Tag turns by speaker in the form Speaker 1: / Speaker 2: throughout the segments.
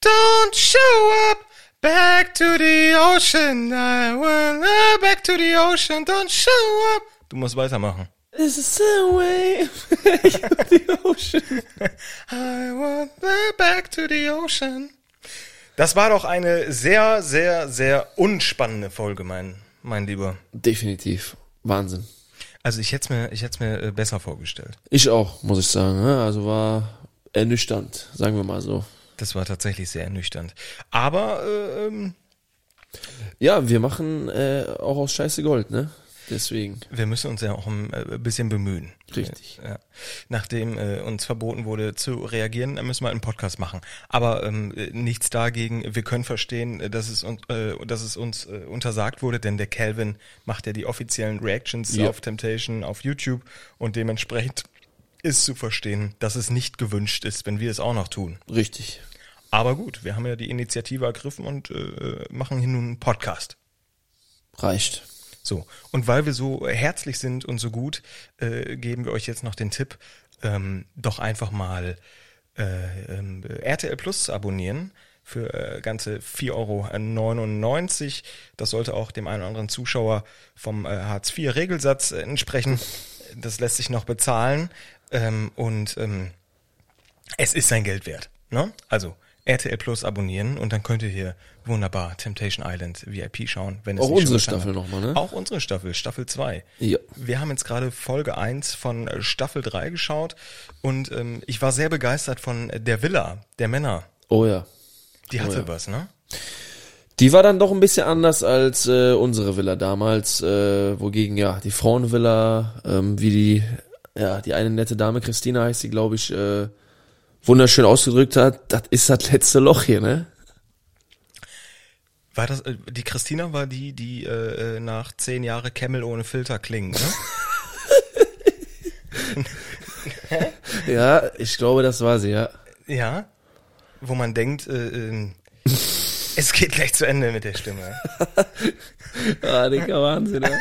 Speaker 1: don't show up, back to the ocean. I will uh, back to the ocean, don't show up. Du musst weitermachen.
Speaker 2: This is the way of the ocean.
Speaker 1: I want uh, back to the ocean. Das war doch eine sehr, sehr, sehr unspannende Folge, mein, mein Lieber.
Speaker 2: Definitiv. Wahnsinn.
Speaker 1: Also ich hätte es mir, ich hätte mir äh, besser vorgestellt.
Speaker 2: Ich auch, muss ich sagen. ne? Also war ernüchternd, sagen wir mal so.
Speaker 1: Das war tatsächlich sehr ernüchternd. Aber äh, ähm,
Speaker 2: Ja, wir machen äh, auch aus Scheiße Gold, ne? Deswegen.
Speaker 1: wir müssen uns ja auch ein äh, bisschen bemühen.
Speaker 2: Richtig.
Speaker 1: Ja. Nachdem äh, uns verboten wurde zu reagieren, dann müssen wir einen Podcast machen. Aber ähm, äh, nichts dagegen. Wir können verstehen, äh, dass es, uns- äh, dass es uns äh, untersagt wurde, denn der Calvin macht ja die offiziellen Reactions
Speaker 2: Ja.
Speaker 1: auf Temptation auf YouTube und dementsprechend ist zu verstehen, dass es nicht gewünscht ist, wenn wir es auch noch tun.
Speaker 2: Richtig.
Speaker 1: Aber gut, wir haben ja die Initiative ergriffen und äh, machen hier nun einen Podcast.
Speaker 2: Reicht.
Speaker 1: So, und weil wir so herzlich sind und so gut, äh, geben wir euch jetzt noch den Tipp, ähm, doch einfach mal äh, ähm, RTL Plus zu abonnieren für äh, ganze 4,99 Euro. Das sollte auch dem einen oder anderen Zuschauer vom äh, Hartz-IV-Regelsatz äh, entsprechen. Das lässt sich noch bezahlen ähm, und ähm, es ist sein Geld wert. Ne? Also RTL Plus abonnieren und dann könnt ihr hier wunderbar Temptation Island VIP schauen, wenn es
Speaker 2: Auch
Speaker 1: nicht schon
Speaker 2: unsere
Speaker 1: getan habt.
Speaker 2: Staffel nochmal, ne?
Speaker 1: Auch unsere Staffel, Staffel 2.
Speaker 2: Ja.
Speaker 1: Wir haben jetzt gerade Folge 1 von äh, Staffel 3 geschaut und ähm, ich war sehr begeistert von äh, der Villa der Männer.
Speaker 2: Oh ja.
Speaker 1: Die hatte
Speaker 2: ja.
Speaker 1: was, ne?
Speaker 2: Die war dann doch ein bisschen anders als äh, unsere Villa damals, äh, wogegen ja die Frauenvilla, ähm, wie die, ja, die eine nette Dame, Christina heißt sie, glaube ich, äh, wunderschön ausgedrückt hat, das ist das letzte Loch hier, ne?
Speaker 1: War das, äh, die Christina war die, die äh, äh, nach zehn Jahre Camel ohne Filter klingen, ne?
Speaker 2: Ja, ich glaube, das war sie, ja.
Speaker 1: ja. Wo man denkt, äh, ähm, es geht gleich zu Ende mit der Stimme.
Speaker 2: Ah, dicker Wahnsinn, ja.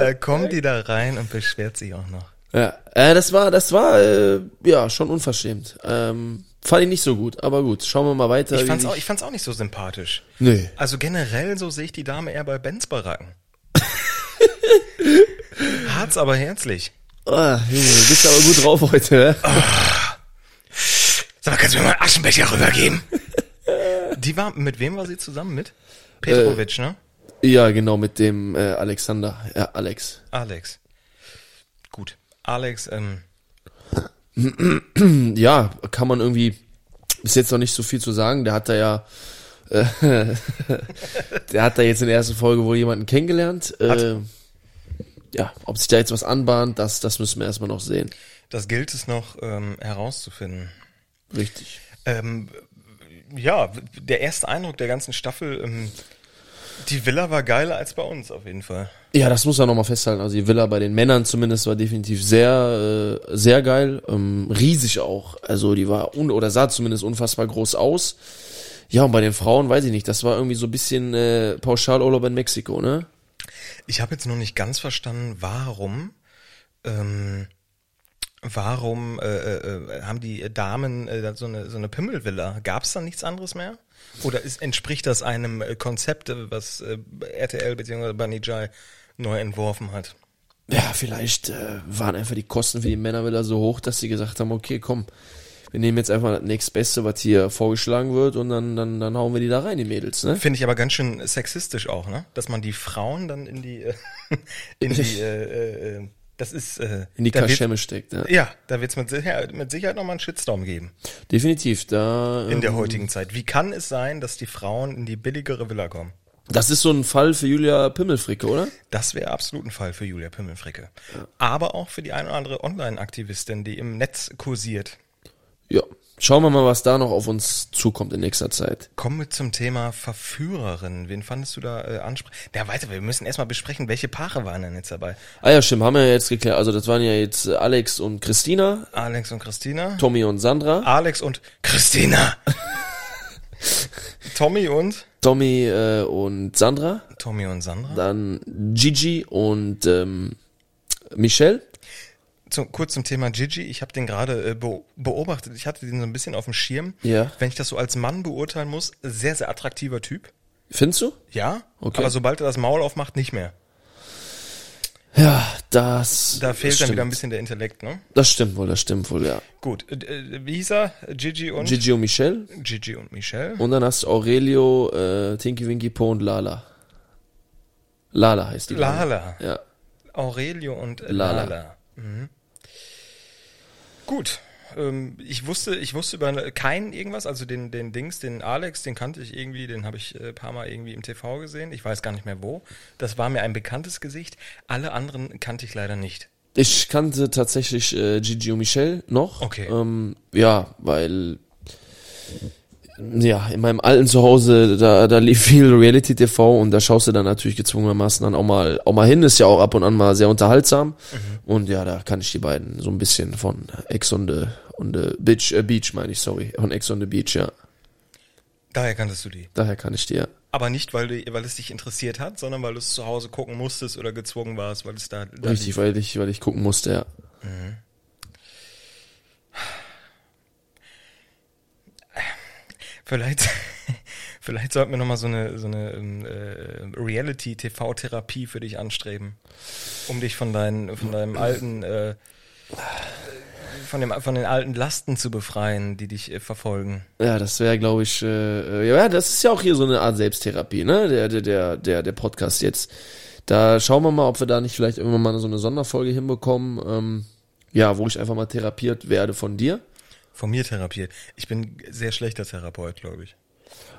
Speaker 1: Äh, kommt die da rein und beschwert sich auch noch.
Speaker 2: Ja, äh, das war, das war, äh, ja, schon unverschämt. Ähm, fand ich nicht so gut, aber gut, schauen wir mal weiter.
Speaker 1: Ich
Speaker 2: wie
Speaker 1: fand's,
Speaker 2: sich-
Speaker 1: auch, ich fand's auch nicht so sympathisch.
Speaker 2: Nee.
Speaker 1: Also generell so sehe ich die Dame eher bei Benz Baracken. Harz aber herzlich.
Speaker 2: Ah, Junge, du bist aber gut drauf heute, ne?
Speaker 1: Sag mal, kannst du mir mal einen Aschenbecher rübergeben? die war, mit wem war sie zusammen? Mit? Petrovic, ne?
Speaker 2: Ja, genau, mit dem, äh, Alexander, ja, Alex.
Speaker 1: Alex. Gut. Alex, ähm,
Speaker 2: Ja, kann man irgendwie bis jetzt noch nicht so viel zu sagen. Der hat da ja, äh, der hat da jetzt in der ersten Folge wohl jemanden kennengelernt. Äh, ja, ob sich da jetzt was anbahnt, das, das müssen wir erstmal noch sehen.
Speaker 1: das gilt es noch ähm, herauszufinden.
Speaker 2: Richtig.
Speaker 1: Ähm, ja, der erste Eindruck der ganzen Staffel, ähm, die Villa war geiler als bei uns auf jeden Fall.
Speaker 2: Ja, das muss man nochmal festhalten. Also die Villa bei den Männern zumindest war definitiv sehr, äh, sehr geil. Ähm, riesig auch. Also die war un oder sah zumindest unfassbar groß aus. Ja, und bei den Frauen weiß ich nicht. Das war irgendwie so ein bisschen äh, Pauschalurlaub in Mexiko, ne?
Speaker 1: Ich habe jetzt noch nicht ganz verstanden, warum, ähm, warum äh, äh, äh, haben die Damen äh, da so eine so eine Pimmelvilla? Gab es da nichts anderes mehr? Oder ist, entspricht das einem äh, Konzept, äh, was äh, RTL bzw. Bunny Jai neu entworfen hat?
Speaker 2: Ja, vielleicht äh, waren einfach die Kosten für die Männervilla so hoch, dass sie gesagt haben, okay, komm, wir nehmen jetzt einfach das nächstbeste, was hier vorgeschlagen wird und dann, dann, dann hauen wir die da rein, die Mädels, ne?
Speaker 1: Finde ich aber ganz schön sexistisch auch, ne? Dass man die Frauen dann in die äh, in die äh, äh, äh, das ist äh,
Speaker 2: In die
Speaker 1: da wird,
Speaker 2: Kaschemme steckt, ne?
Speaker 1: ja, da wird es mit Sicherheit, mit Sicherheit nochmal einen Shitstorm geben.
Speaker 2: Definitiv, da...
Speaker 1: in
Speaker 2: ähm,
Speaker 1: der heutigen Zeit. Wie kann es sein, dass die Frauen in die billigere Villa kommen?
Speaker 2: Das ist so ein Fall für Julia Pimmelfricke, oder?
Speaker 1: Das wäre absolut ein Fall für Julia Pimmelfricke. Aber auch für die ein oder andere Online-Aktivistin, die im Netz kursiert.
Speaker 2: Ja. Schauen wir mal, was da noch auf uns zukommt in nächster Zeit.
Speaker 1: Kommen wir zum Thema Verführerin. Wen fandest du da äh, ansprechend? Ja, weiter, wir müssen erstmal besprechen, welche Paare waren denn jetzt dabei?
Speaker 2: Ah ja, stimmt, haben wir ja jetzt geklärt. Also das waren ja jetzt äh, Alex und Christina,
Speaker 1: Alex und Christina.
Speaker 2: Tommy und Sandra,
Speaker 1: Alex und Christina. Tommy und?
Speaker 2: Tommy äh, und Sandra,
Speaker 1: Tommy und Sandra.
Speaker 2: dann Gigi und ähm, Michelle.
Speaker 1: zu, kurz zum Thema Gigi. Ich habe den gerade äh, beo- beobachtet. Ich hatte den so ein bisschen auf dem Schirm.
Speaker 2: Ja.
Speaker 1: Wenn ich das so als Mann beurteilen muss, sehr, sehr attraktiver Typ.
Speaker 2: Findest du?
Speaker 1: Ja.
Speaker 2: Okay.
Speaker 1: Aber sobald er das Maul aufmacht, nicht mehr.
Speaker 2: Ja, das.
Speaker 1: Da fehlt
Speaker 2: das
Speaker 1: dann
Speaker 2: stimmt.
Speaker 1: wieder ein bisschen der Intellekt, ne?
Speaker 2: Das stimmt wohl, das stimmt wohl, ja.
Speaker 1: Gut. äh, Äh, wie hieß er? Gigi und
Speaker 2: Gigi und Michelle.
Speaker 1: Gigi und Michelle.
Speaker 2: Und dann hast du Aurelio, äh, Tinky Winky Po und Lala. Lala heißt die. glaub
Speaker 1: Lala.
Speaker 2: ich. Ja.
Speaker 1: Aurelio und Lala.
Speaker 2: Lala.
Speaker 1: Mhm. Gut. Ähm, ich wusste, ich wusste über keinen irgendwas, also den, den Dings, den Alex, den kannte ich irgendwie, den habe ich äh, ein paar Mal irgendwie im TV gesehen. Ich weiß gar nicht mehr wo. Das war mir ein bekanntes Gesicht. Alle anderen kannte ich leider nicht.
Speaker 2: Ich kannte tatsächlich äh, Gigi und Michelle noch.
Speaker 1: Okay.
Speaker 2: Ähm, ja, weil ja, in meinem alten Zuhause, da, da lief viel Reality TV und da schaust du dann natürlich gezwungenermaßen dann auch mal auch mal hin, ist ja auch ab und an mal sehr unterhaltsam. Und ja, da kann ich die beiden so ein bisschen von Ex on the, on the Beach, äh, Beach meine ich, sorry. Von Ex on the Beach, ja.
Speaker 1: Daher kanntest du die.
Speaker 2: Daher kann ich die ja.
Speaker 1: Aber nicht, weil, du, weil es dich interessiert hat, sondern weil du es zu Hause gucken musstest oder gezwungen warst, weil es da. da
Speaker 2: Richtig, weil ich, weil ich gucken musste, ja.
Speaker 1: Vielleicht, vielleicht sollten wir nochmal so eine, so eine ähm, äh, Reality-TV-Therapie für dich anstreben, um dich von, deinen, von deinem alten, äh, von, dem, von den alten Lasten zu befreien, die dich äh, verfolgen.
Speaker 2: Ja, das wäre, glaube ich, äh, ja, das ist ja auch hier so eine Art Selbsttherapie, ne? Der, der, der, der, der Podcast jetzt. Da schauen wir mal, ob wir da nicht vielleicht irgendwann mal so eine Sonderfolge hinbekommen, ähm, ja, wo ich einfach mal therapiert werde von dir.
Speaker 1: Von mir therapiert. Ich bin sehr schlechter Therapeut, glaube ich.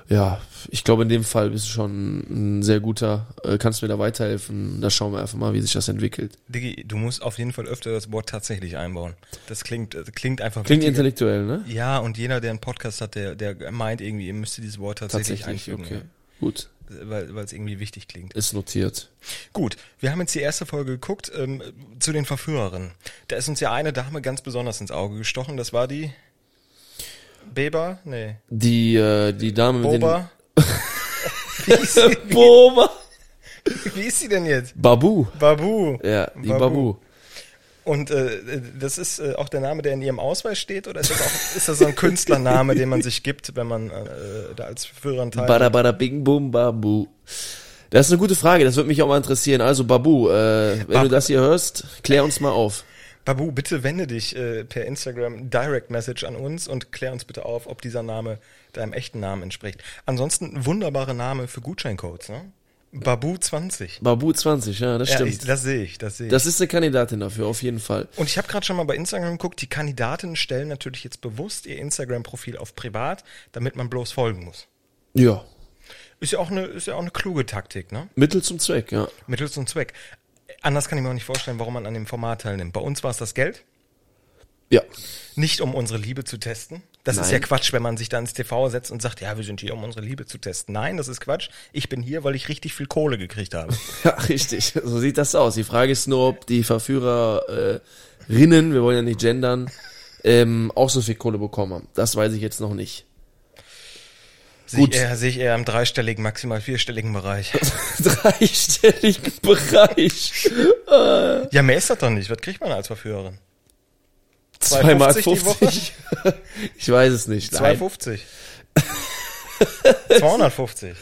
Speaker 2: Ja, ich glaube, in dem Fall bist du schon ein sehr guter, äh, kannst mir da weiterhelfen. Da schauen wir einfach mal, wie sich das entwickelt.
Speaker 1: Diggi, du musst auf jeden Fall öfter das Wort tatsächlich einbauen. Das klingt, das klingt einfach
Speaker 2: Klingt
Speaker 1: wichtiger.
Speaker 2: intellektuell, ne?
Speaker 1: Ja, und jeder, der einen Podcast hat, der, der meint irgendwie, ihr müsst dieses Wort tatsächlich,
Speaker 2: Tatsächlich, okay.
Speaker 1: einfügen,
Speaker 2: Gut,
Speaker 1: weil weil es irgendwie wichtig klingt.
Speaker 2: ist notiert.
Speaker 1: Gut, wir haben jetzt die erste Folge geguckt ähm, zu den Verführerinnen. Da ist uns ja eine Dame ganz besonders ins Auge gestochen. Das war die Beba? Nee.
Speaker 2: Die, äh, die Dame mit
Speaker 1: Boba? wie, ist sie,
Speaker 2: den... Boba!
Speaker 1: wie ist sie denn jetzt?
Speaker 2: Babu.
Speaker 1: Babu.
Speaker 2: Ja, die
Speaker 1: Babu.
Speaker 2: Babu.
Speaker 1: Und äh, das ist äh, auch der Name, der in ihrem Ausweis steht? Oder ist das, auch, ist das so ein Künstlername, den man sich gibt, wenn man äh, da als Verführerin teilnimmt?
Speaker 2: Bada bada bing bum babu. Das ist eine gute Frage, das würde mich auch mal interessieren. Also Babu, äh, wenn du das hier hörst, klär uns mal auf.
Speaker 1: Babu, bitte wende dich äh, per Instagram Direct Message an uns und klär uns bitte auf, ob dieser Name deinem echten Namen entspricht. Ansonsten wunderbare Name für Gutscheincodes, ne? Babu 20.
Speaker 2: Babu 20, ja, das
Speaker 1: Ja, ich,
Speaker 2: stimmt.
Speaker 1: das sehe ich, das sehe ich.
Speaker 2: das ist eine Kandidatin dafür, auf jeden Fall.
Speaker 1: und ich habe gerade schon mal bei Instagram geguckt, die Kandidatinnen stellen natürlich jetzt bewusst ihr Instagram-Profil auf privat, damit man bloß folgen muss.
Speaker 2: Ja,
Speaker 1: Ist ja auch eine, ist ja auch eine kluge Taktik, ne?
Speaker 2: Mittel zum Zweck, ja.
Speaker 1: Mittel zum Zweck. Anders kann ich mir auch nicht vorstellen, warum man an dem Format teilnimmt. Bei uns war es das Geld.
Speaker 2: Ja,
Speaker 1: Nicht um unsere Liebe zu testen. Das ist
Speaker 2: Nein.
Speaker 1: ja Quatsch, wenn man sich da ins TV setzt und sagt, ja, wir sind hier, um unsere Liebe zu testen. Nein, das ist Quatsch. Ich bin hier, weil ich richtig viel Kohle gekriegt habe.
Speaker 2: ja richtig, so sieht das aus. Die Frage ist nur, ob die Verführerinnen, äh, Rinnen, wir wollen ja nicht gendern, ähm, auch so viel Kohle bekommen haben. Das weiß ich jetzt noch nicht.
Speaker 1: Sehe
Speaker 2: Gut.
Speaker 1: ich, eher- sehe ich eher im dreistelligen, maximal vierstelligen Bereich.
Speaker 2: Dreistelligen Bereich.
Speaker 1: Ja, mehr ist das doch nicht. Was kriegt man als Verführerin?
Speaker 2: 2
Speaker 1: 2,50 die Woche?
Speaker 2: 50. Ich weiß es nicht. Nein.
Speaker 1: 250. 250.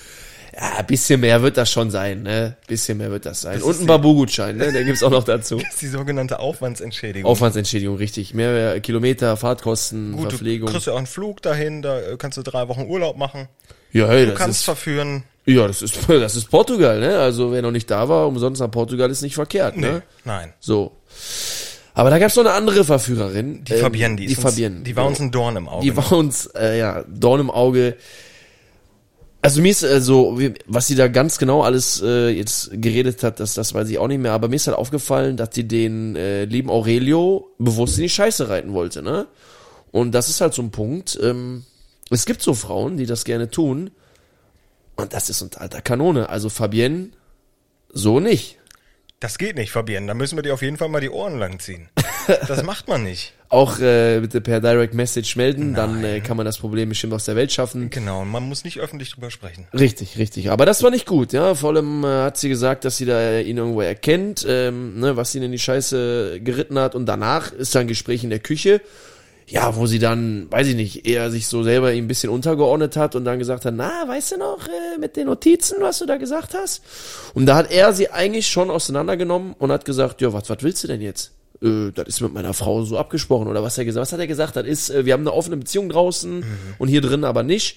Speaker 2: Ja, ein bisschen mehr wird das schon sein, ne? Ein bisschen mehr wird das sein.
Speaker 1: ist
Speaker 2: Und ein
Speaker 1: die-
Speaker 2: Babu-Gutschein, ne? Der gibt's auch noch dazu.
Speaker 1: Das ist die sogenannte Aufwandsentschädigung.
Speaker 2: Aufwandsentschädigung, richtig. Mehr, mehr Kilometer, Fahrtkosten,
Speaker 1: Gut, du
Speaker 2: Verpflegung.
Speaker 1: kriegst ja auch einen Flug dahin, da äh, kannst du drei Wochen Urlaub machen.
Speaker 2: Ja, hey,
Speaker 1: Du
Speaker 2: das
Speaker 1: kannst
Speaker 2: ist,
Speaker 1: verführen.
Speaker 2: ja, das ist, das ist Portugal, ne? Also, wer noch nicht da war, umsonst nach Portugal ist nicht verkehrt, ne?
Speaker 1: Nein.
Speaker 2: So. Aber da gab's noch eine andere Verführerin.
Speaker 1: Die Fabienne, die,
Speaker 2: Ähm, Die
Speaker 1: ist
Speaker 2: Fabienne.
Speaker 1: uns, die war uns ein Dorn im Auge.
Speaker 2: die war uns äh, ja Dorn im Auge. Also mir ist äh, so, wie- was sie da ganz genau alles äh, jetzt geredet hat, das, das weiß ich auch nicht mehr, aber mir ist halt aufgefallen, dass die den äh, lieben Aurelio bewusst in die Scheiße reiten wollte, ne? Und das ist halt so ein Punkt. Ähm, es gibt so Frauen, die das gerne tun. Und das ist unter alter Kanone. Also Fabienne, so nicht.
Speaker 1: Das geht nicht, Fabian. Da müssen wir dir auf jeden Fall mal die Ohren langziehen. Das macht man nicht.
Speaker 2: Auch äh, bitte per Direct Message melden, dann äh, kann man das Problem bestimmt aus der Welt schaffen.
Speaker 1: Genau, und man muss nicht öffentlich drüber sprechen.
Speaker 2: Richtig, richtig. Aber das war nicht gut, ja. Vor allem äh, hat sie gesagt, dass sie da äh, ihn irgendwo erkennt, ähm, ne, was ihn in die Scheiße geritten hat. Und danach ist dann ein Gespräch in der Küche, ja, wo sie dann, weiß ich nicht, eher sich so selber ihm ein bisschen untergeordnet hat und dann gesagt hat, na, weißt du noch, äh, mit den Notizen, was du da gesagt hast? Und da hat er sie eigentlich schon auseinandergenommen und hat gesagt, ja, was, was willst du denn jetzt? Äh, das ist mit meiner Frau so abgesprochen oder was er gesagt, was hat er gesagt? Das ist, äh, wir haben eine offene Beziehung draußen und hier drin aber nicht.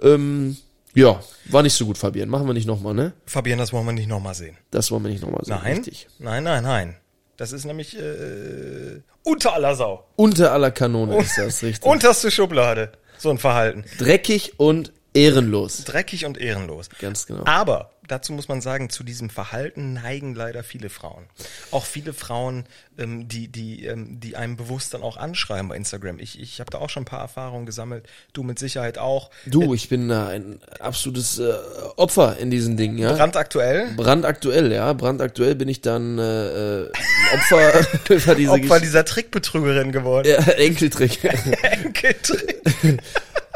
Speaker 2: Ähm, ja, war nicht so gut, Fabian. Machen wir nicht nochmal, ne?
Speaker 1: Fabian, das wollen wir nicht nochmal sehen.
Speaker 2: Das wollen wir nicht nochmal sehen.
Speaker 1: Nein,
Speaker 2: Richtig.
Speaker 1: nein, nein, nein. Das ist nämlich äh, unter aller Sau.
Speaker 2: Unter aller
Speaker 1: Oh.
Speaker 2: Kanone ist das richtig.
Speaker 1: Unterste Schublade. So ein Verhalten.
Speaker 2: Dreckig und ehrenlos.
Speaker 1: Dreckig und ehrenlos.
Speaker 2: Ganz genau.
Speaker 1: Aber dazu muss man sagen, zu diesem Verhalten neigen leider viele Frauen. Auch viele Frauen, ähm, die, die, ähm, die einem bewusst dann auch anschreiben bei Instagram. Ich, ich habe da auch schon ein paar Erfahrungen gesammelt. Du mit Sicherheit auch.
Speaker 2: Du, ich bin da ein absolutes äh, Opfer in diesen Dingen, ja.
Speaker 1: Brandaktuell.
Speaker 2: Brandaktuell, ja. Brandaktuell bin ich dann äh, äh, ein Opfer für diese
Speaker 1: Opfer
Speaker 2: Geschichte.
Speaker 1: dieser Trickbetrügerin geworden.
Speaker 2: Ja, Enkeltrick.
Speaker 1: Enkeltrick.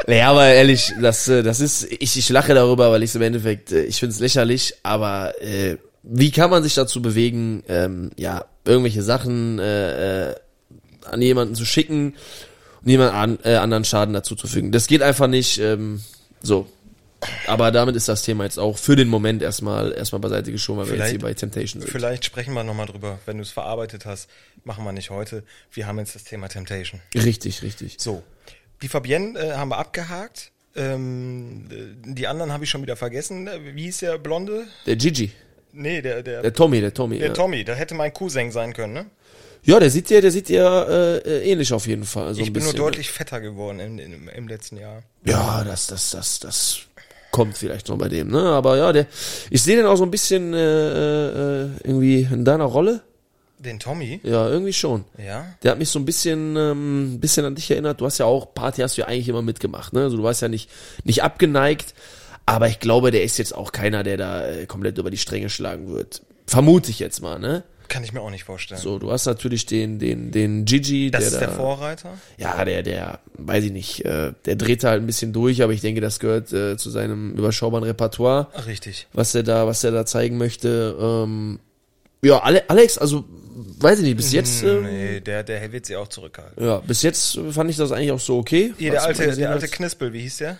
Speaker 2: Naja, aber ehrlich, das, äh, das ist, ich, ich lache darüber, weil ich im Endeffekt, äh, ich finde es lächerlich, aber äh, wie kann man sich dazu bewegen, ähm, ja, irgendwelche Sachen äh, äh, an jemanden zu schicken und jemand an, äh, anderen Schaden dazu zu fügen? Das geht einfach nicht, ähm, so. Aber damit ist das Thema jetzt auch für den Moment erstmal erstmal beiseite geschoben, weil wir jetzt
Speaker 1: Vielleicht-
Speaker 2: hier bei Temptation sind.
Speaker 1: Vielleicht sprechen wir nochmal drüber. Wenn du es verarbeitet hast, machen wir nicht heute. Wir haben jetzt das Thema Temptation.
Speaker 2: Richtig, richtig.
Speaker 1: So, die Fabienne äh, haben wir abgehakt. Ähm, äh, die anderen habe ich schon wieder vergessen. Äh, Wie hieß der Blonde?
Speaker 2: Der Gigi,
Speaker 1: Nee, der, der,
Speaker 2: der Tommy, der Tommy.
Speaker 1: der
Speaker 2: ja.
Speaker 1: Tommy. Da hätte mein Cousin sein können, ne?
Speaker 2: ja, der sieht ja, der sieht ja äh, äh, ähnlich auf jeden Fall. So
Speaker 1: ich
Speaker 2: ein
Speaker 1: bin nur
Speaker 2: bisschen.
Speaker 1: deutlich fetter geworden in, in, im letzten Jahr.
Speaker 2: Ja, das, das, das, das kommt vielleicht noch bei dem, ne? Aber ja, der, ich sehe den auch so ein bisschen äh, äh, irgendwie in deiner Rolle.
Speaker 1: Den Tommy?
Speaker 2: Ja, irgendwie schon.
Speaker 1: Ja.
Speaker 2: Der hat mich so ein bisschen, ähm, bisschen an dich erinnert. Du hast ja auch Party hast du ja eigentlich immer mitgemacht, ne? Also du warst ja nicht, nicht abgeneigt, aber ich glaube, der ist jetzt auch keiner, der da äh, komplett über die Stränge schlagen wird. Vermute ich jetzt mal, ne?
Speaker 1: Kann ich mir auch nicht vorstellen.
Speaker 2: So, du hast natürlich den, den, den Gigi,
Speaker 1: das
Speaker 2: der
Speaker 1: ist
Speaker 2: da,
Speaker 1: der Vorreiter.
Speaker 2: ja, der, der, weiß ich nicht, äh, der dreht da halt ein bisschen durch, aber ich denke, das gehört äh, zu seinem überschaubaren Repertoire,
Speaker 1: Richtig.
Speaker 2: was er da, was er da zeigen möchte. Ähm, ja, Ale Alex, also weiß ich nicht,
Speaker 1: Mhm.
Speaker 2: bis jetzt, äh,
Speaker 1: Hm, Nee, der, der wird sie auch zurückhalten.
Speaker 2: ja, bis jetzt äh, fand ich das eigentlich auch so okay.
Speaker 1: Hier, der
Speaker 2: was man
Speaker 1: alte,
Speaker 2: gesehen
Speaker 1: der alte
Speaker 2: hat.
Speaker 1: Knispel, wie hieß der?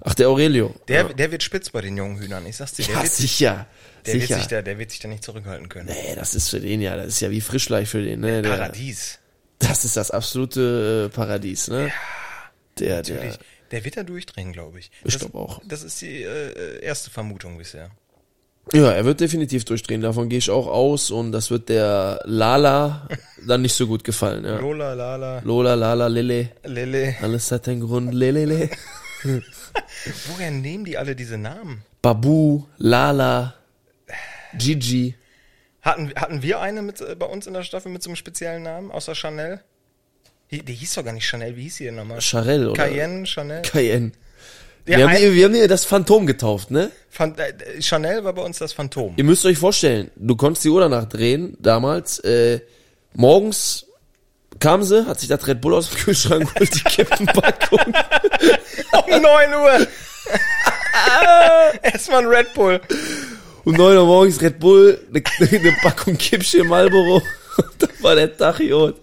Speaker 2: Ach, der Aurelio.
Speaker 1: Der, der wird spitz bei den jungen Hühnern. Ich sag's dir, der,
Speaker 2: ja,
Speaker 1: wird, sich,
Speaker 2: sicher,
Speaker 1: der, wird
Speaker 2: sicher.
Speaker 1: sich da, der wird sich da nicht zurückhalten können.
Speaker 2: Ey, das ist für den ja, das ist ja wie Frischleich für den, ne? Der,
Speaker 1: Paradies.
Speaker 2: das ist das absolute äh, Paradies, ne? Der, der,
Speaker 1: Natürlich. Der wird da durchdrehen, glaube ich.
Speaker 2: Ich
Speaker 1: Das-
Speaker 2: glaub auch.
Speaker 1: Das ist die äh, erste Vermutung bisher.
Speaker 2: Ja, er wird definitiv durchdrehen, davon gehe ich auch aus und das wird der Lala dann nicht so gut gefallen. Ja.
Speaker 1: Lola, Lala,
Speaker 2: Lola, Lala, Lele,
Speaker 1: Lele.
Speaker 2: alles hat einen Grund, Lelele.
Speaker 1: Woher nehmen die alle diese Namen?
Speaker 2: Babu, Lala, Gigi.
Speaker 1: Hatten, hatten wir eine mit, äh, bei uns in der Staffel mit so einem speziellen Namen, außer Chanel? Hi- Die hieß doch gar nicht Chanel, wie hieß sie denn nochmal?
Speaker 2: Charelle, oder?
Speaker 1: Cayenne, Chanel.
Speaker 2: Cayenne.
Speaker 1: Ja,
Speaker 2: Wir haben,
Speaker 1: ein-
Speaker 2: ihr, wir haben ihr das Phantom getauft, ne?
Speaker 1: Phan- äh, äh, Chanel war bei uns das Phantom.
Speaker 2: Ihr müsst euch vorstellen, du konntest die Uhr danach drehen, damals. Äh, morgens kam sie, hat sich das Red Bull aus dem Kühlschrank geholt, die Kippenpackung.
Speaker 1: Um 9 Uhr! Erstmal ein Red Bull.
Speaker 2: Um 9 Uhr morgens Red Bull, eine, eine Packung Kippchen Marlboro. Und das war der Tachiot.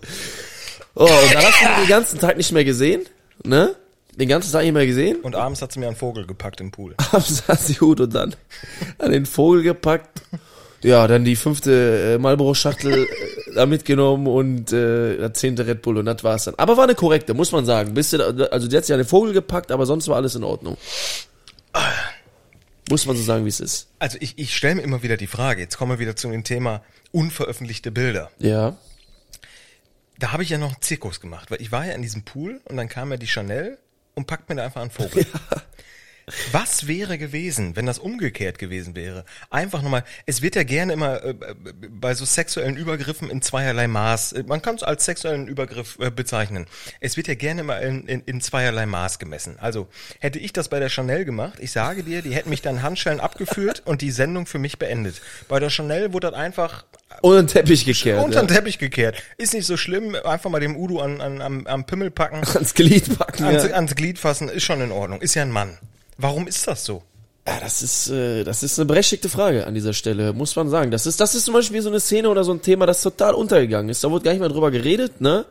Speaker 2: Oh, und dann hast du ihn den ganzen Tag nicht mehr gesehen, ne? Den ganzen Tag nicht mehr gesehen.
Speaker 1: Und abends hat sie mir einen Vogel gepackt im Pool.
Speaker 2: Abends hat sie Hut und dann an den Vogel gepackt. Ja, dann die fünfte äh, Marlboro-Schachtel äh, da mitgenommen und äh, der zehnte Red Bull und das war's dann. Aber war eine korrekte, muss man sagen. Bist du da, also die hat sich an den Vogel gepackt, aber sonst war alles in Ordnung. Muss man so sagen, wie es ist.
Speaker 1: Also ich, ich stelle mir immer wieder die Frage, jetzt kommen wir wieder zu dem Thema unveröffentlichte Bilder.
Speaker 2: Ja.
Speaker 1: Da habe ich ja noch einen Zirkus gemacht, weil ich war ja in diesem Pool und dann kam ja die Chanel und packt mir da einfach einen Vogel. Was wäre gewesen, wenn das umgekehrt gewesen wäre? Einfach nochmal, es wird ja gerne immer äh, bei so sexuellen Übergriffen in zweierlei Maß, äh, man kann es als sexuellen Übergriff äh, bezeichnen. Es wird ja gerne immer in, in, in zweierlei Maß gemessen. Also hätte ich das bei der Chanel gemacht, ich sage dir, die hätten mich dann Handschellen abgeführt und die Sendung für mich beendet. Bei der Chanel wurde das einfach
Speaker 2: Unter den Teppich gekehrt.
Speaker 1: unter den Teppich gekehrt. Ist nicht so schlimm, einfach mal dem Udo an, an, am, am Pimmel packen,
Speaker 2: ja. Ans Glied packen.
Speaker 1: ans,
Speaker 2: ja.
Speaker 1: ans Glied fassen, ist schon in Ordnung. Ist ja ein Mann. Warum ist das so?
Speaker 2: Ja, das ist, äh, das ist eine berechtigte Frage an dieser Stelle, muss man sagen. Das ist, das ist zum Beispiel so eine Szene oder so ein Thema, das total untergegangen ist. Da wurde gar nicht mehr drüber geredet, ne?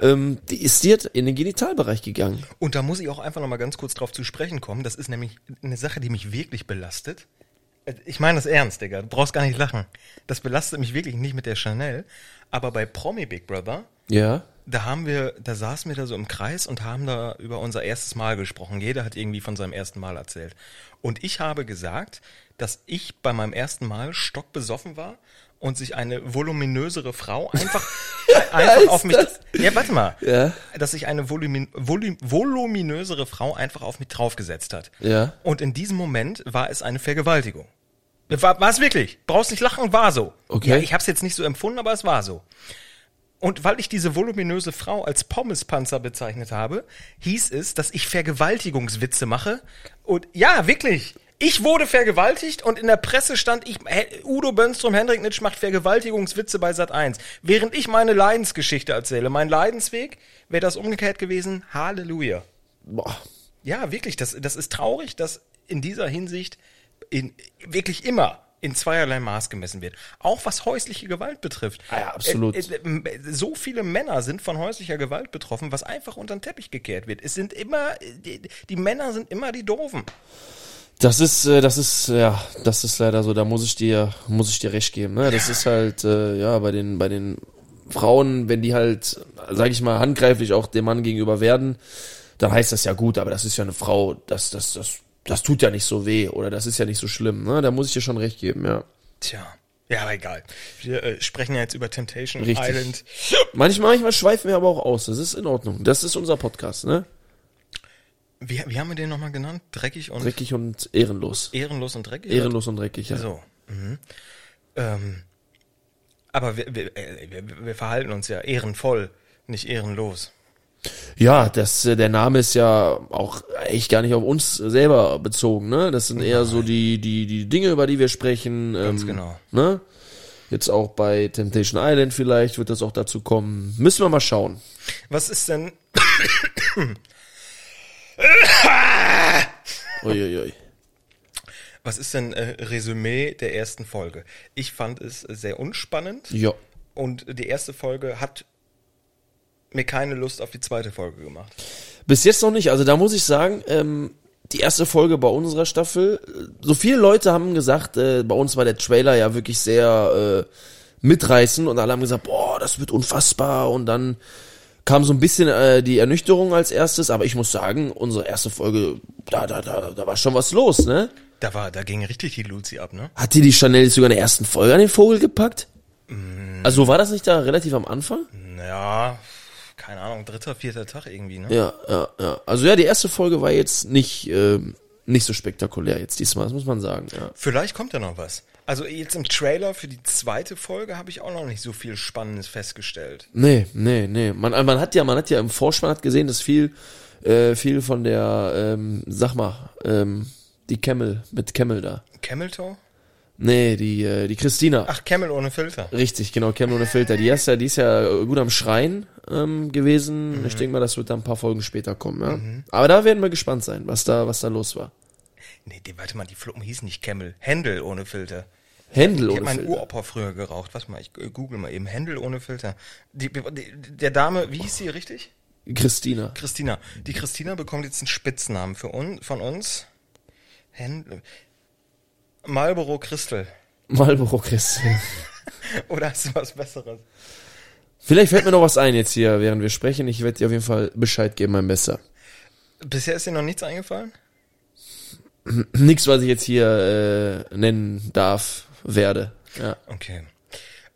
Speaker 2: Ähm, die ist dir in den Genitalbereich gegangen.
Speaker 1: Und da muss ich auch einfach nochmal ganz kurz drauf zu sprechen kommen. Das ist nämlich eine Sache, die mich wirklich belastet. Äh, Ich meine das ernst, Digga. Du brauchst gar nicht lachen. Das belastet mich wirklich nicht mit der Chanel. Aber bei Promi Big Brother,
Speaker 2: Ja.
Speaker 1: da haben wir, da saßen wir da so im Kreis und haben da über unser erstes Mal gesprochen. Jeder hat irgendwie von seinem ersten Mal erzählt. Und ich habe gesagt, dass ich bei meinem ersten Mal stockbesoffen war und sich eine voluminösere Frau einfach, einfach auf mich.
Speaker 2: das?
Speaker 1: Ja, warte mal.
Speaker 2: Ja.
Speaker 1: Dass sich eine volumin, volu, voluminösere Frau einfach auf mich draufgesetzt hat.
Speaker 2: Ja.
Speaker 1: Und in diesem Moment war es eine Vergewaltigung. War, war es wirklich. Brauchst nicht lachen, war so.
Speaker 2: Okay.
Speaker 1: Ja, ich habe es jetzt nicht so empfunden, aber es war so. Und weil ich diese voluminöse Frau als Pommespanzer bezeichnet habe, hieß es, dass ich Vergewaltigungswitze mache. Und ja, wirklich. Ich wurde vergewaltigt und in der Presse stand ich, He- Udo Bönstrom, Hendrik Nitsch macht Vergewaltigungswitze bei Sat 1. Während ich meine Leidensgeschichte erzähle, mein Leidensweg, wäre das umgekehrt gewesen, Halleluja.
Speaker 2: Boah.
Speaker 1: Ja, wirklich, das, das ist traurig, dass in dieser Hinsicht in, wirklich immer in zweierlei Maß gemessen wird. Auch was häusliche Gewalt betrifft.
Speaker 2: Ah ja, absolut.
Speaker 1: Äh, äh, m- So viele Männer sind von häuslicher Gewalt betroffen, was einfach unter den Teppich gekehrt wird. Es sind immer, äh, die, die Männer sind immer die Doofen.
Speaker 2: Das ist, äh, das ist, ja, das ist leider so. Da muss ich dir, muss ich dir recht geben. Ne? Das ist halt, äh, ja, bei den, bei den Frauen, wenn die halt, sag ich mal, handgreiflich auch dem Mann gegenüber werden, dann heißt das ja gut. Aber das ist ja eine Frau. Das, das, das, das tut ja nicht so weh oder das ist ja nicht so schlimm. Ne? Da muss ich dir schon recht geben. Ja.
Speaker 1: Tja. Ja, aber egal. Wir äh, sprechen ja jetzt über Temptation
Speaker 2: Richtig.
Speaker 1: Island.
Speaker 2: Manchmal, manchmal schweifen wir aber auch aus. Das ist in Ordnung. Das ist unser Podcast. Ne?
Speaker 1: Wie, wie haben wir den nochmal genannt? Dreckig und
Speaker 2: Dreckig und ehrenlos.
Speaker 1: ehrenlos und dreckig?
Speaker 2: Ehrenlos und dreckig. Ja.
Speaker 1: So. Mhm. Ähm, aber wir, wir, äh, wir, wir verhalten uns ja ehrenvoll, nicht ehrenlos.
Speaker 2: Ja, das, äh, der Name ist ja auch echt gar nicht auf uns selber bezogen, ne? Das sind eher so die, die, die Dinge, über die wir sprechen. Ganz
Speaker 1: genau.
Speaker 2: Ne? Jetzt auch bei Temptation Island vielleicht wird das auch dazu kommen. Müssen wir mal schauen.
Speaker 1: Was ist denn,
Speaker 2: Uiuiui.
Speaker 1: was ist denn äh, Resümee der ersten Folge? Ich fand es sehr unspannend
Speaker 2: Ja.
Speaker 1: und die erste Folge hat mir keine Lust auf die zweite Folge gemacht.
Speaker 2: Bis jetzt noch nicht. Also da muss ich sagen, ähm, die erste Folge bei unserer Staffel, äh, so viele Leute haben gesagt, äh, bei uns war der Trailer ja wirklich sehr äh, mitreißend und alle haben gesagt, boah, das wird unfassbar und dann kam so ein bisschen äh, die Ernüchterung als erstes, aber ich muss sagen, unsere erste Folge, da, da, da, da war schon was los, ne?
Speaker 1: Da war, da ging richtig die Luzi ab, ne?
Speaker 2: Hat dir die Chanel sogar in der ersten Folge an den Vogel gepackt? Also war das nicht da relativ am Anfang?
Speaker 1: Ja, keine Ahnung, dritter, vierter Tag irgendwie, ne?
Speaker 2: Ja, ja, ja. Also ja, die erste Folge war jetzt nicht, ähm, nicht so spektakulär jetzt diesmal, das muss man sagen. Ja.
Speaker 1: Vielleicht kommt da noch was. Also jetzt im Trailer für die zweite Folge habe ich auch noch nicht so viel Spannendes festgestellt.
Speaker 2: Nee, nee, nee. Man, äh, man hat ja, man hat ja im Vorspann hat gesehen, dass viel, äh, viel von der, ähm, sag mal, ähm, die Camel, mit Camel da.
Speaker 1: Camel Toe?
Speaker 2: Nee, die, äh, die Christina.
Speaker 1: Ach, Camel ohne Filter.
Speaker 2: Richtig, genau, Camel ohne Filter. Die ist ja, die ist ja gut am Schreien ähm, gewesen.
Speaker 1: Mhm.
Speaker 2: Ich denke mal, das wird da ein paar Folgen später kommen, ja. Aber da werden wir gespannt sein, was da, was da los war.
Speaker 1: Nee, die, warte mal, die Fluppen hießen nicht Camel. Händel ohne Filter. Ich
Speaker 2: Händel ohne
Speaker 1: habe meinen
Speaker 2: Filter.
Speaker 1: Uropa früher geraucht. Warte mal, ich äh, google mal eben. Händel ohne Filter. Die, die, der Dame, wie hieß sie richtig?
Speaker 2: Christina.
Speaker 1: Christina. Die Christina bekommt jetzt einen Spitznamen für un, von uns. Händel. Marlboro Crystal.
Speaker 2: Marlboro Christina.
Speaker 1: Oder hast du was Besseres?
Speaker 2: Vielleicht fällt mir noch was ein jetzt hier, während wir sprechen. Ich werde dir auf jeden Fall Bescheid geben, mein Messer.
Speaker 1: Bisher ist dir noch nichts eingefallen?
Speaker 2: Nix, was ich jetzt hier äh, nennen darf, werde. Ja.
Speaker 1: Okay.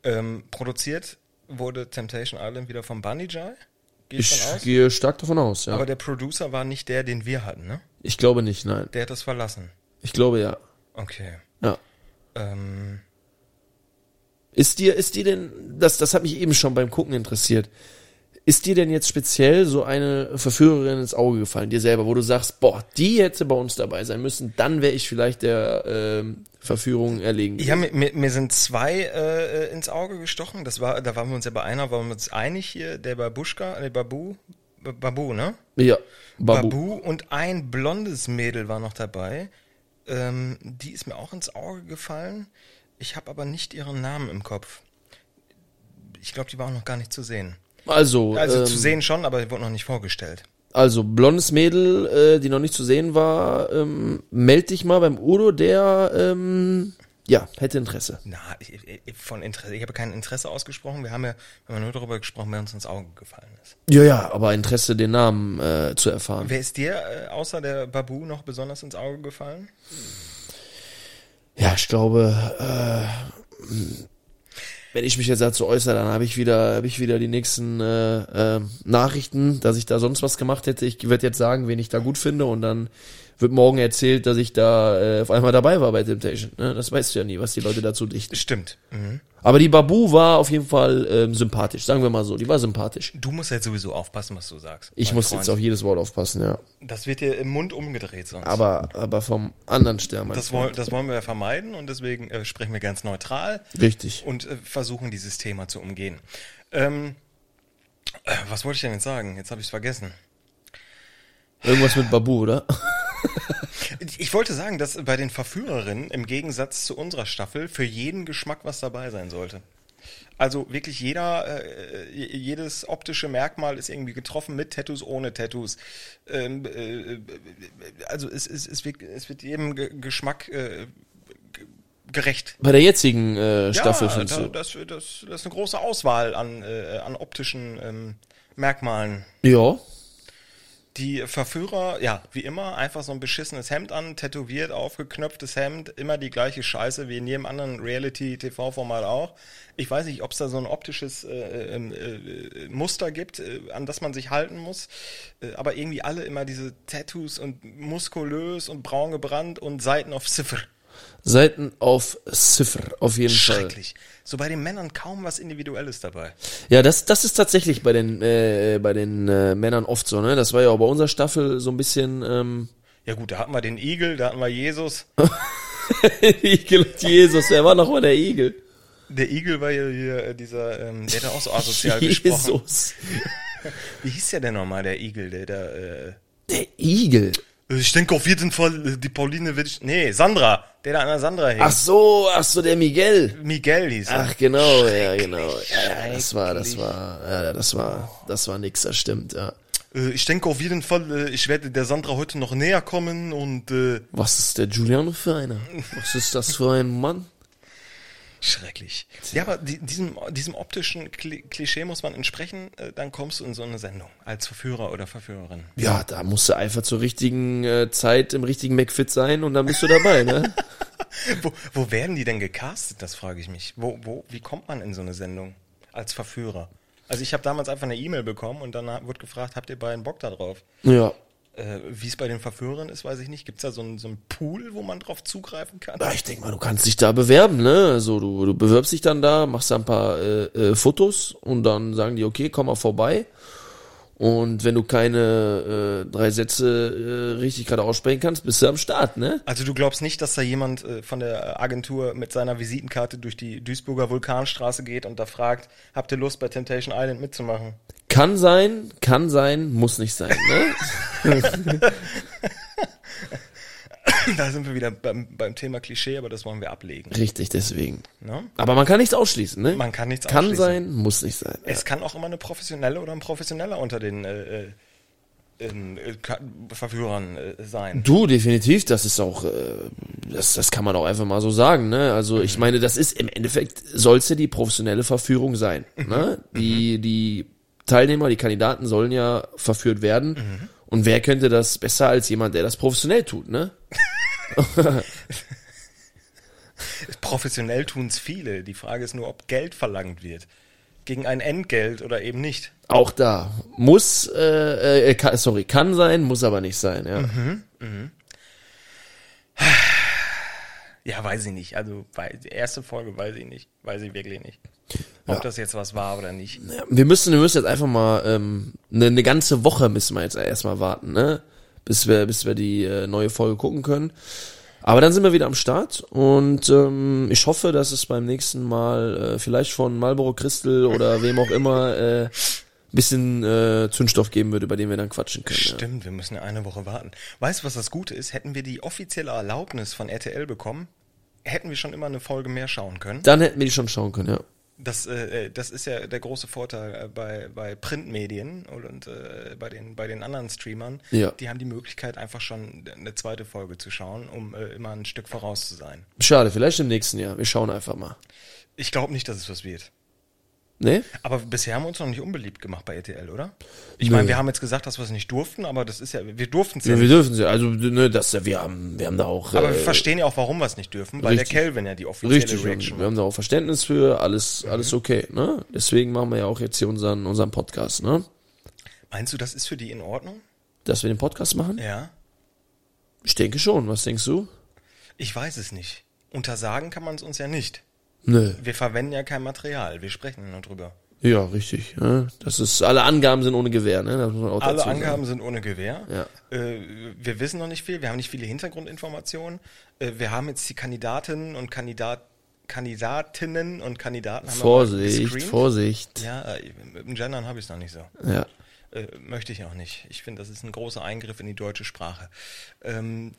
Speaker 1: Ähm, produziert wurde Temptation Island wieder von Bunny Jai. Gehe ich
Speaker 2: Ich
Speaker 1: von aus.
Speaker 2: gehe stark davon aus, ja.
Speaker 1: Aber der Producer war nicht der, den wir hatten, ne?
Speaker 2: ich glaube nicht, nein.
Speaker 1: Der hat das verlassen.
Speaker 2: Ich glaube ja.
Speaker 1: Okay.
Speaker 2: Ja.
Speaker 1: Ähm,
Speaker 2: Ist dir, ist dir denn, das, das hat mich eben schon beim Gucken interessiert. Ist dir denn jetzt speziell so eine Verführerin ins Auge gefallen, dir selber, wo du sagst, boah, die hätte bei uns dabei sein müssen, dann wäre ich vielleicht der ähm, Verführung erlegen.
Speaker 1: Ja, mir, mir, mir sind zwei äh, ins Auge gestochen. Das war, da waren wir uns ja bei einer, waren wir uns einig hier, der bei Buschka, äh, Babu, B- Babu, ne?
Speaker 2: ja,
Speaker 1: Babu.
Speaker 2: Babu.
Speaker 1: und ein blondes Mädel war noch dabei. Ähm, die ist mir auch ins Auge gefallen. Ich habe aber nicht ihren Namen im Kopf. Ich glaube, die war auch noch gar nicht zu sehen.
Speaker 2: Also,
Speaker 1: Also
Speaker 2: ähm,
Speaker 1: zu sehen schon, aber die wurde noch nicht vorgestellt.
Speaker 2: also blondes Mädel, äh, die noch nicht zu sehen war, ähm, meld dich mal beim Udo, der ähm, ja, hätte Interesse.
Speaker 1: Na, ich, ich, von Interesse, ich habe kein Interesse ausgesprochen. Wir haben ja, wir haben nur darüber gesprochen, wer uns ins Auge gefallen ist.
Speaker 2: Ja, ja, aber Interesse, den Namen äh, zu erfahren.
Speaker 1: Wer ist dir äh, außer der Babu noch besonders ins Auge gefallen?
Speaker 2: Ja, ich glaube, äh, wenn ich mich jetzt dazu äußere, dann habe ich wieder, habe ich wieder die nächsten äh, äh, Nachrichten, dass ich da sonst was gemacht hätte. Ich werde jetzt sagen, wen ich da gut finde, und dann wird morgen erzählt, dass ich da äh, auf einmal dabei war bei Temptation. Ne? Das weißt du ja nie, was die Leute dazu dichten.
Speaker 1: Stimmt. Mhm.
Speaker 2: Aber die Babu war auf jeden Fall ähm, sympathisch, sagen wir mal so. Die war sympathisch.
Speaker 1: Du musst jetzt sowieso aufpassen, was du sagst.
Speaker 2: Ich
Speaker 1: mein
Speaker 2: muss
Speaker 1: Freund.
Speaker 2: jetzt auf jedes Wort aufpassen, ja.
Speaker 1: Das wird dir im Mund umgedreht sonst.
Speaker 2: Aber, aber vom anderen Stern, mein
Speaker 1: das, wollen, das wollen wir ja vermeiden und deswegen äh, sprechen wir ganz neutral
Speaker 2: Richtig.
Speaker 1: und äh, versuchen dieses Thema zu umgehen. Ähm, äh, was wollte ich denn jetzt sagen? Jetzt habe ich es vergessen.
Speaker 2: Irgendwas mit Babu, oder?
Speaker 1: Ich wollte sagen, dass bei den Verführerinnen im Gegensatz zu unserer Staffel für jeden Geschmack was dabei sein sollte. Also wirklich jeder, äh, j- jedes optische Merkmal ist irgendwie getroffen mit Tattoos, ohne Tattoos. Ähm, äh, also es, es, es, wird, es wird jedem Ge Geschmack äh, ge- gerecht.
Speaker 2: Bei der jetzigen äh, Staffel findest
Speaker 1: da,
Speaker 2: du.
Speaker 1: das, das, das ist eine große Auswahl an, äh, an optischen ähm, Merkmalen.
Speaker 2: Ja.
Speaker 1: Die Verführer, ja, wie immer, einfach so ein beschissenes Hemd an, tätowiert, aufgeknöpftes Hemd, immer die gleiche Scheiße wie in jedem anderen Reality-TV-Format auch. Ich weiß nicht, ob es da so ein optisches äh, ähm, äh, Muster gibt, äh, an das man sich halten muss, äh, aber irgendwie alle immer diese Tattoos und muskulös und braun gebrannt und Seiten auf Ziffer.
Speaker 2: Seiten auf Ziffer, auf jeden Fall.
Speaker 1: Schrecklich. So bei den Männern kaum was Individuelles dabei.
Speaker 2: Ja, das, das ist tatsächlich bei den, äh, bei den äh, Männern oft so, ne? Das war ja auch bei unserer Staffel so ein bisschen ähm,
Speaker 1: Ja gut, da hatten wir den Igel, da hatten wir Jesus.
Speaker 2: Igel und Jesus, wer war nochmal der Igel?
Speaker 1: Der Igel war ja hier äh, dieser, ähm, der hat auch so asozial gesprochen.
Speaker 2: Jesus.
Speaker 1: Wie hieß der denn nochmal, der Igel, der da, äh,
Speaker 2: Der Igel.
Speaker 1: ich denke auf jeden Fall, äh, die Pauline wird, sch- nee, Sandra, der da an der Sandra hing.
Speaker 2: Ach so, ach so, der Miguel.
Speaker 1: Miguel hieß er.
Speaker 2: Ach genau, ja genau. Ja, ja, das war, das war, ja, das war, das war nix, das stimmt, ja.
Speaker 1: Äh, ich denke auf jeden Fall, äh, ich werde der Sandra heute noch näher kommen und, äh,
Speaker 2: Was ist der Giuliano für einer? Was ist das für ein Mann?
Speaker 1: schrecklich. Ja, aber die, diesem, diesem optischen Kli Klischee muss man entsprechen, äh, dann kommst du in so eine Sendung, als Verführer oder Verführerin.
Speaker 2: Ja, da musst du einfach zur richtigen äh, Zeit im richtigen McFit sein und dann bist du dabei, ne?
Speaker 1: Wo, wo werden die denn gecastet, das frage ich mich. Wo, wo, wie kommt man in so eine Sendung als Verführer? Also ich habe damals einfach eine E-Mail bekommen und dann wurde gefragt, habt ihr beiden Bock da drauf?
Speaker 2: Ja.
Speaker 1: Äh, Wie es bei den Verführern ist, weiß ich nicht. Gibt es da so einen so einen Pool, wo man drauf zugreifen kann?
Speaker 2: Ja, Ich denk mal, du kannst dich da bewerben, ne? So, du, du bewirbst dich dann da, machst da ein paar äh, äh, Fotos und dann sagen die, okay, komm mal vorbei. Und wenn du keine äh, drei Sätze äh, richtig gerade aussprechen kannst, bist du am Start, ne?
Speaker 1: Also du glaubst nicht, dass da jemand äh, von der Agentur mit seiner Visitenkarte durch die Duisburger Vulkanstraße geht und da fragt, habt ihr Lust bei Temptation Island mitzumachen?
Speaker 2: Kann sein, kann sein, muss nicht sein, ne?
Speaker 1: Da sind wir wieder beim, beim Thema Klischee, aber das wollen wir ablegen.
Speaker 2: Richtig, deswegen.
Speaker 1: Ne?
Speaker 2: Aber man kann nichts ausschließen, ne?
Speaker 1: Man kann nichts
Speaker 2: Kann
Speaker 1: ausschließen.
Speaker 2: sein, muss nicht sein.
Speaker 1: Es kann auch immer eine professionelle oder ein professioneller unter den äh, äh, ähm, äh, Ka- Verführern äh, sein.
Speaker 2: Du, definitiv, das ist auch, äh, das, das kann man auch einfach mal so sagen, ne? Also ich meine, das ist im Endeffekt, soll's ja die professionelle Verführung sein.
Speaker 1: Mhm.
Speaker 2: Ne? Die, die Teilnehmer, die Kandidaten sollen ja verführt werden.
Speaker 1: Mhm.
Speaker 2: Und wer könnte das besser als jemand, der das professionell tut, ne?
Speaker 1: Professionell tun's viele. Die Frage ist nur, ob Geld verlangt wird. Gegen ein Entgelt oder eben nicht.
Speaker 2: Auch da. Muss, äh, äh, ka- sorry, kann sein, muss aber nicht sein, ja.
Speaker 1: Ja, weiß ich nicht. Also wei- die erste Folge weiß ich nicht. Weiß ich wirklich nicht. Ob das jetzt was war oder nicht.
Speaker 2: Ja, wir müssen, wir müssen jetzt einfach mal ähm, eine, eine ganze Woche müssen wir jetzt erstmal warten, ne? Bis wir, bis wir die äh, neue Folge gucken können. Aber dann sind wir wieder am Start und ähm, ich hoffe, dass es beim nächsten Mal äh, vielleicht von Marlboro Crystal oder wem auch immer äh, bisschen äh, Zündstoff geben wird, über den wir dann quatschen können. Ja.
Speaker 1: Stimmt, wir müssen ja eine Woche warten. Weißt du, was das Gute ist? Hätten wir die offizielle Erlaubnis von RTL bekommen, hätten wir schon immer eine Folge mehr schauen können.
Speaker 2: Dann hätten wir die schon schauen können, ja.
Speaker 1: Das, äh, äh, das ist ja der große Vorteil äh, bei, bei Printmedien und, und äh, bei, den, bei den anderen Streamern.
Speaker 2: Ja.
Speaker 1: Die haben die Möglichkeit, einfach schon eine zweite Folge zu schauen, um äh, immer ein Stück voraus zu sein.
Speaker 2: Schade, vielleicht im nächsten Jahr. Wir schauen einfach mal.
Speaker 1: Ich glaube nicht, dass es was wird.
Speaker 2: Ne?
Speaker 1: Aber bisher haben wir uns noch nicht unbeliebt gemacht bei ETL, oder? Ich
Speaker 2: Nö.
Speaker 1: meine, wir haben jetzt gesagt, dass wir es nicht durften, aber das ist ja, wir durften es ja.
Speaker 2: Ja,
Speaker 1: nicht.
Speaker 2: wir dürfen sie. Also, ne, das, wir haben, wir haben da auch.
Speaker 1: Aber
Speaker 2: äh,
Speaker 1: wir verstehen ja auch, warum wir es nicht dürfen, weil
Speaker 2: richtig.
Speaker 1: der Kelvin ja die offizielle
Speaker 2: Richtig, wir haben-
Speaker 1: Reaction Mhm.
Speaker 2: wir haben da auch Verständnis für, alles, alles okay, ne? Deswegen machen wir ja auch jetzt hier unseren, unseren Podcast, ne?
Speaker 1: Meinst du, das ist für die in Ordnung?
Speaker 2: Dass wir den Podcast machen?
Speaker 1: Ja.
Speaker 2: Ich denke schon, was denkst du?
Speaker 1: Ich weiß es nicht. Untersagen kann man es uns ja nicht.
Speaker 2: Nö.
Speaker 1: Wir verwenden ja kein Material, wir sprechen nur drüber.
Speaker 2: Ja, richtig. Ne? Das ist, alle Angaben sind ohne Gewähr, ne? Das muss man auch
Speaker 1: Alle
Speaker 2: dazu
Speaker 1: Angaben sind ohne Gewehr.
Speaker 2: Ja.
Speaker 1: Äh, wir wissen noch nicht viel, wir haben nicht viele Hintergrundinformationen. Äh, wir haben jetzt die Kandidatinnen und Kandidat Kandidatinnen und Kandidaten haben wir
Speaker 2: Sagen.
Speaker 1: mal
Speaker 2: Vorsicht,
Speaker 1: gescreent.
Speaker 2: Vorsicht.
Speaker 1: Ja, äh, mit dem Gendern habe ich es noch nicht so.
Speaker 2: Ja.
Speaker 1: Äh, möchte ich auch nicht. Ich finde, das ist ein großer Eingriff in die deutsche Sprache. Ähm,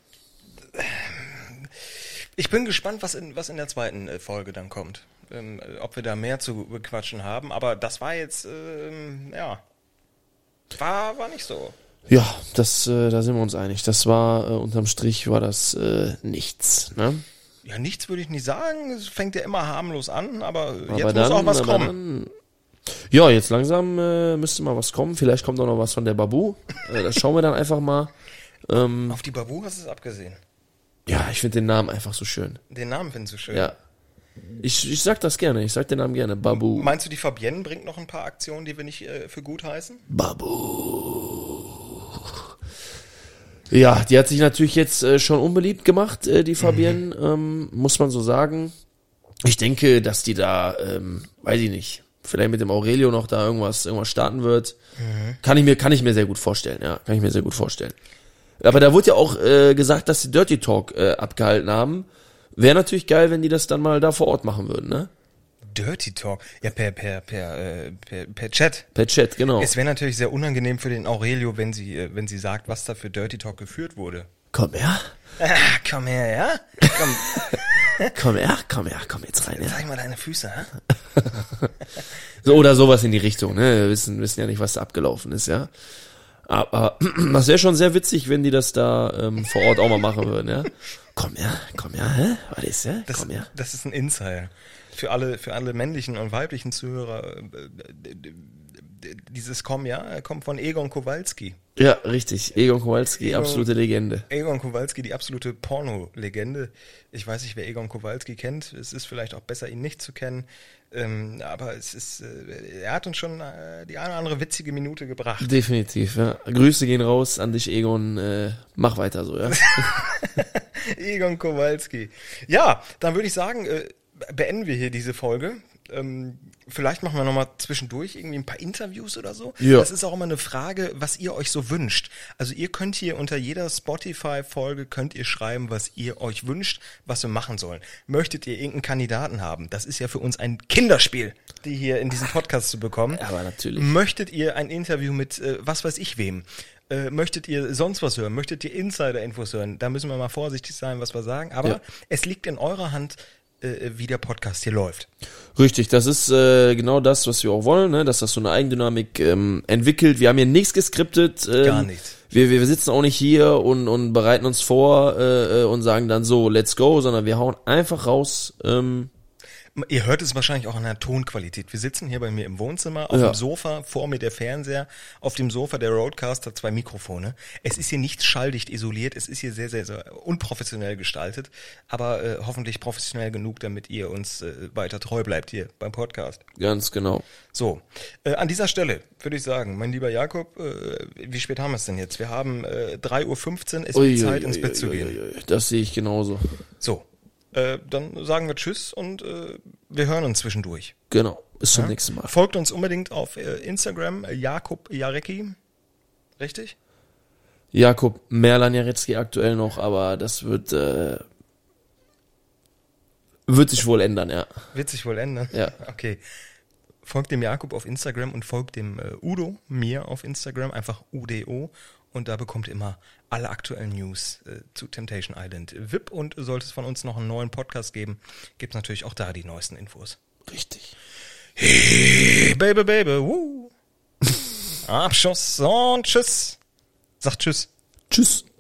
Speaker 1: ich bin gespannt, was in, was in der zweiten äh, Folge dann kommt. Ähm, äh, ob wir da mehr zu bequatschen haben. Aber das war jetzt, ähm, ja, war, war nicht so.
Speaker 2: Ja, das, äh, da sind wir uns einig. Das war, äh, unterm Strich war das äh, nichts, ne?
Speaker 1: Ja, nichts würde ich nicht sagen. Es fängt ja immer harmlos an, aber, äh, jetzt
Speaker 2: Aber
Speaker 1: muss auch was
Speaker 2: aber
Speaker 1: kommen.
Speaker 2: dann- ja, jetzt langsam äh, müsste mal was kommen. Vielleicht kommt auch noch was von der Babu. Äh, das schauen wir dann einfach mal.
Speaker 1: Auf die Babu hast du es abgesehen.
Speaker 2: Ja, ich finde den Namen einfach so schön.
Speaker 1: Den Namen findest du schön.
Speaker 2: Ja. Ich, ich sag das gerne, ich sag den Namen gerne. Babu.
Speaker 1: Meinst du, die Fabienne bringt noch ein paar Aktionen, die wir nicht äh, für gut heißen?
Speaker 2: Babu. Ja, die hat sich natürlich jetzt äh, schon unbeliebt gemacht, äh, die Fabienne, ähm, muss man so sagen. Ich denke, dass die da, ähm, weiß ich nicht, vielleicht mit dem Aurelio noch da irgendwas, irgendwas starten wird. Kann ich mir, kann ich mir sehr gut vorstellen, ja, kann ich mir sehr gut vorstellen. Aber da wurde ja auch äh, gesagt, dass die Dirty Talk äh, abgehalten haben. Wäre natürlich geil, wenn die das dann mal da vor Ort machen würden, ne?
Speaker 1: Dirty Talk. Ja, per, per, per, äh, per, per Chat.
Speaker 2: Per Chat, genau.
Speaker 1: Es wäre natürlich sehr unangenehm für den Aurelio, wenn sie, äh, wenn sie sagt, was da für Dirty Talk geführt wurde.
Speaker 2: Komm her,
Speaker 1: Ah, komm her, ja? Komm,
Speaker 2: komm her, komm her, komm jetzt rein. Ja.
Speaker 1: zeig mal deine Füße, hä?
Speaker 2: So, oder sowas in die Richtung, ne? Wir wissen, wissen ja nicht, was da abgelaufen ist, ja. Aber das wäre schon sehr witzig, wenn die das da ähm, vor Ort auch mal machen würden, ja. Komm her, komm her, hä? Was ist, ja?
Speaker 1: Das,
Speaker 2: Komm her.
Speaker 1: das ist ein Insider. Für alle, für alle männlichen und weiblichen Zuhörer, äh, d- d- d- dieses Komm, ja, kommt von Egon Kowalski.
Speaker 2: Ja, richtig. Egon Kowalski, absolute Legende.
Speaker 1: Egon Kowalski, die absolute Porno-Legende. Ich weiß nicht, wer Egon Kowalski kennt. Es ist vielleicht auch besser, ihn nicht zu kennen. Ähm, aber es ist, äh, er hat uns schon äh, die eine oder andere witzige Minute gebracht.
Speaker 2: Definitiv, ja. Grüße gehen raus an dich, Egon. Äh, mach weiter so, ja.
Speaker 1: Egon Kowalski. Ja, dann würde ich sagen, äh, beenden wir hier diese Folge. Ähm, vielleicht machen wir nochmal zwischendurch irgendwie ein paar Interviews oder so.
Speaker 2: Ja.
Speaker 1: Das ist auch immer eine Frage, was ihr euch so wünscht. Also ihr könnt hier unter jeder Spotify-Folge könnt ihr schreiben, was ihr euch wünscht, was wir machen sollen. Möchtet ihr irgendeinen Kandidaten haben? Das ist ja für uns ein Kinderspiel, die hier in diesen Podcast zu bekommen.
Speaker 2: Aber natürlich.
Speaker 1: Möchtet ihr ein Interview mit äh, was weiß ich wem? Äh, möchtet ihr sonst was hören? Möchtet ihr Insider-Infos hören? Da müssen wir mal vorsichtig sein, was wir sagen. Aber
Speaker 2: Ja.
Speaker 1: es liegt in eurer Hand, äh, wie der Podcast hier läuft.
Speaker 2: Richtig, das ist äh, genau das, was wir auch wollen, ne? dass das so eine Eigendynamik ähm, entwickelt. Wir haben hier nichts geskriptet. Ähm,
Speaker 1: Gar nichts.
Speaker 2: Wir, wir, wir sitzen auch nicht hier und, und bereiten uns vor äh, äh, und sagen dann so, let's go, sondern wir hauen einfach raus. Ähm,
Speaker 1: Ihr hört es wahrscheinlich auch an der Tonqualität. Wir sitzen hier bei mir im Wohnzimmer, auf
Speaker 2: Ja.
Speaker 1: dem Sofa, vor mir der Fernseher, auf dem Sofa der Roadcaster, zwei Mikrofone. Es ist hier nicht schalldicht isoliert, es ist hier sehr, sehr, sehr unprofessionell gestaltet, aber äh, hoffentlich professionell genug, damit ihr uns äh, weiter treu bleibt hier beim Podcast.
Speaker 2: ganz genau.
Speaker 1: So, äh, an dieser Stelle würde ich sagen, mein lieber Jakob, äh, wie spät haben wir es denn jetzt? Wir haben äh, 3.15 Uhr, es wird Zeit, ins Bett zu gehen.
Speaker 2: Uiuiui, Das sehe ich genauso.
Speaker 1: So, Äh, dann sagen wir Tschüss und äh, wir hören uns zwischendurch.
Speaker 2: Genau. Bis zum nächsten Mal.
Speaker 1: Folgt uns unbedingt auf äh, Instagram, äh, Jakub Jarecki. Richtig?
Speaker 2: Jakob Merlan Jarecki aktuell noch, aber das wird, äh, wird sich wohl ändern, ja.
Speaker 1: Wird sich wohl ändern.
Speaker 2: Ja.
Speaker 1: Okay. Folgt dem Jakub auf Instagram und folgt dem äh, Udo, mir auf Instagram, einfach UDO. Und da bekommt ihr immer alle aktuellen News äh, zu Temptation Island VIP. Und sollte es von uns noch einen neuen Podcast geben, gibt es natürlich auch da die neuesten Infos.
Speaker 2: Richtig.
Speaker 1: Hey, Baby, Baby, woo. Abschuss und tschüss. Sagt tschüss.
Speaker 2: Tschüss.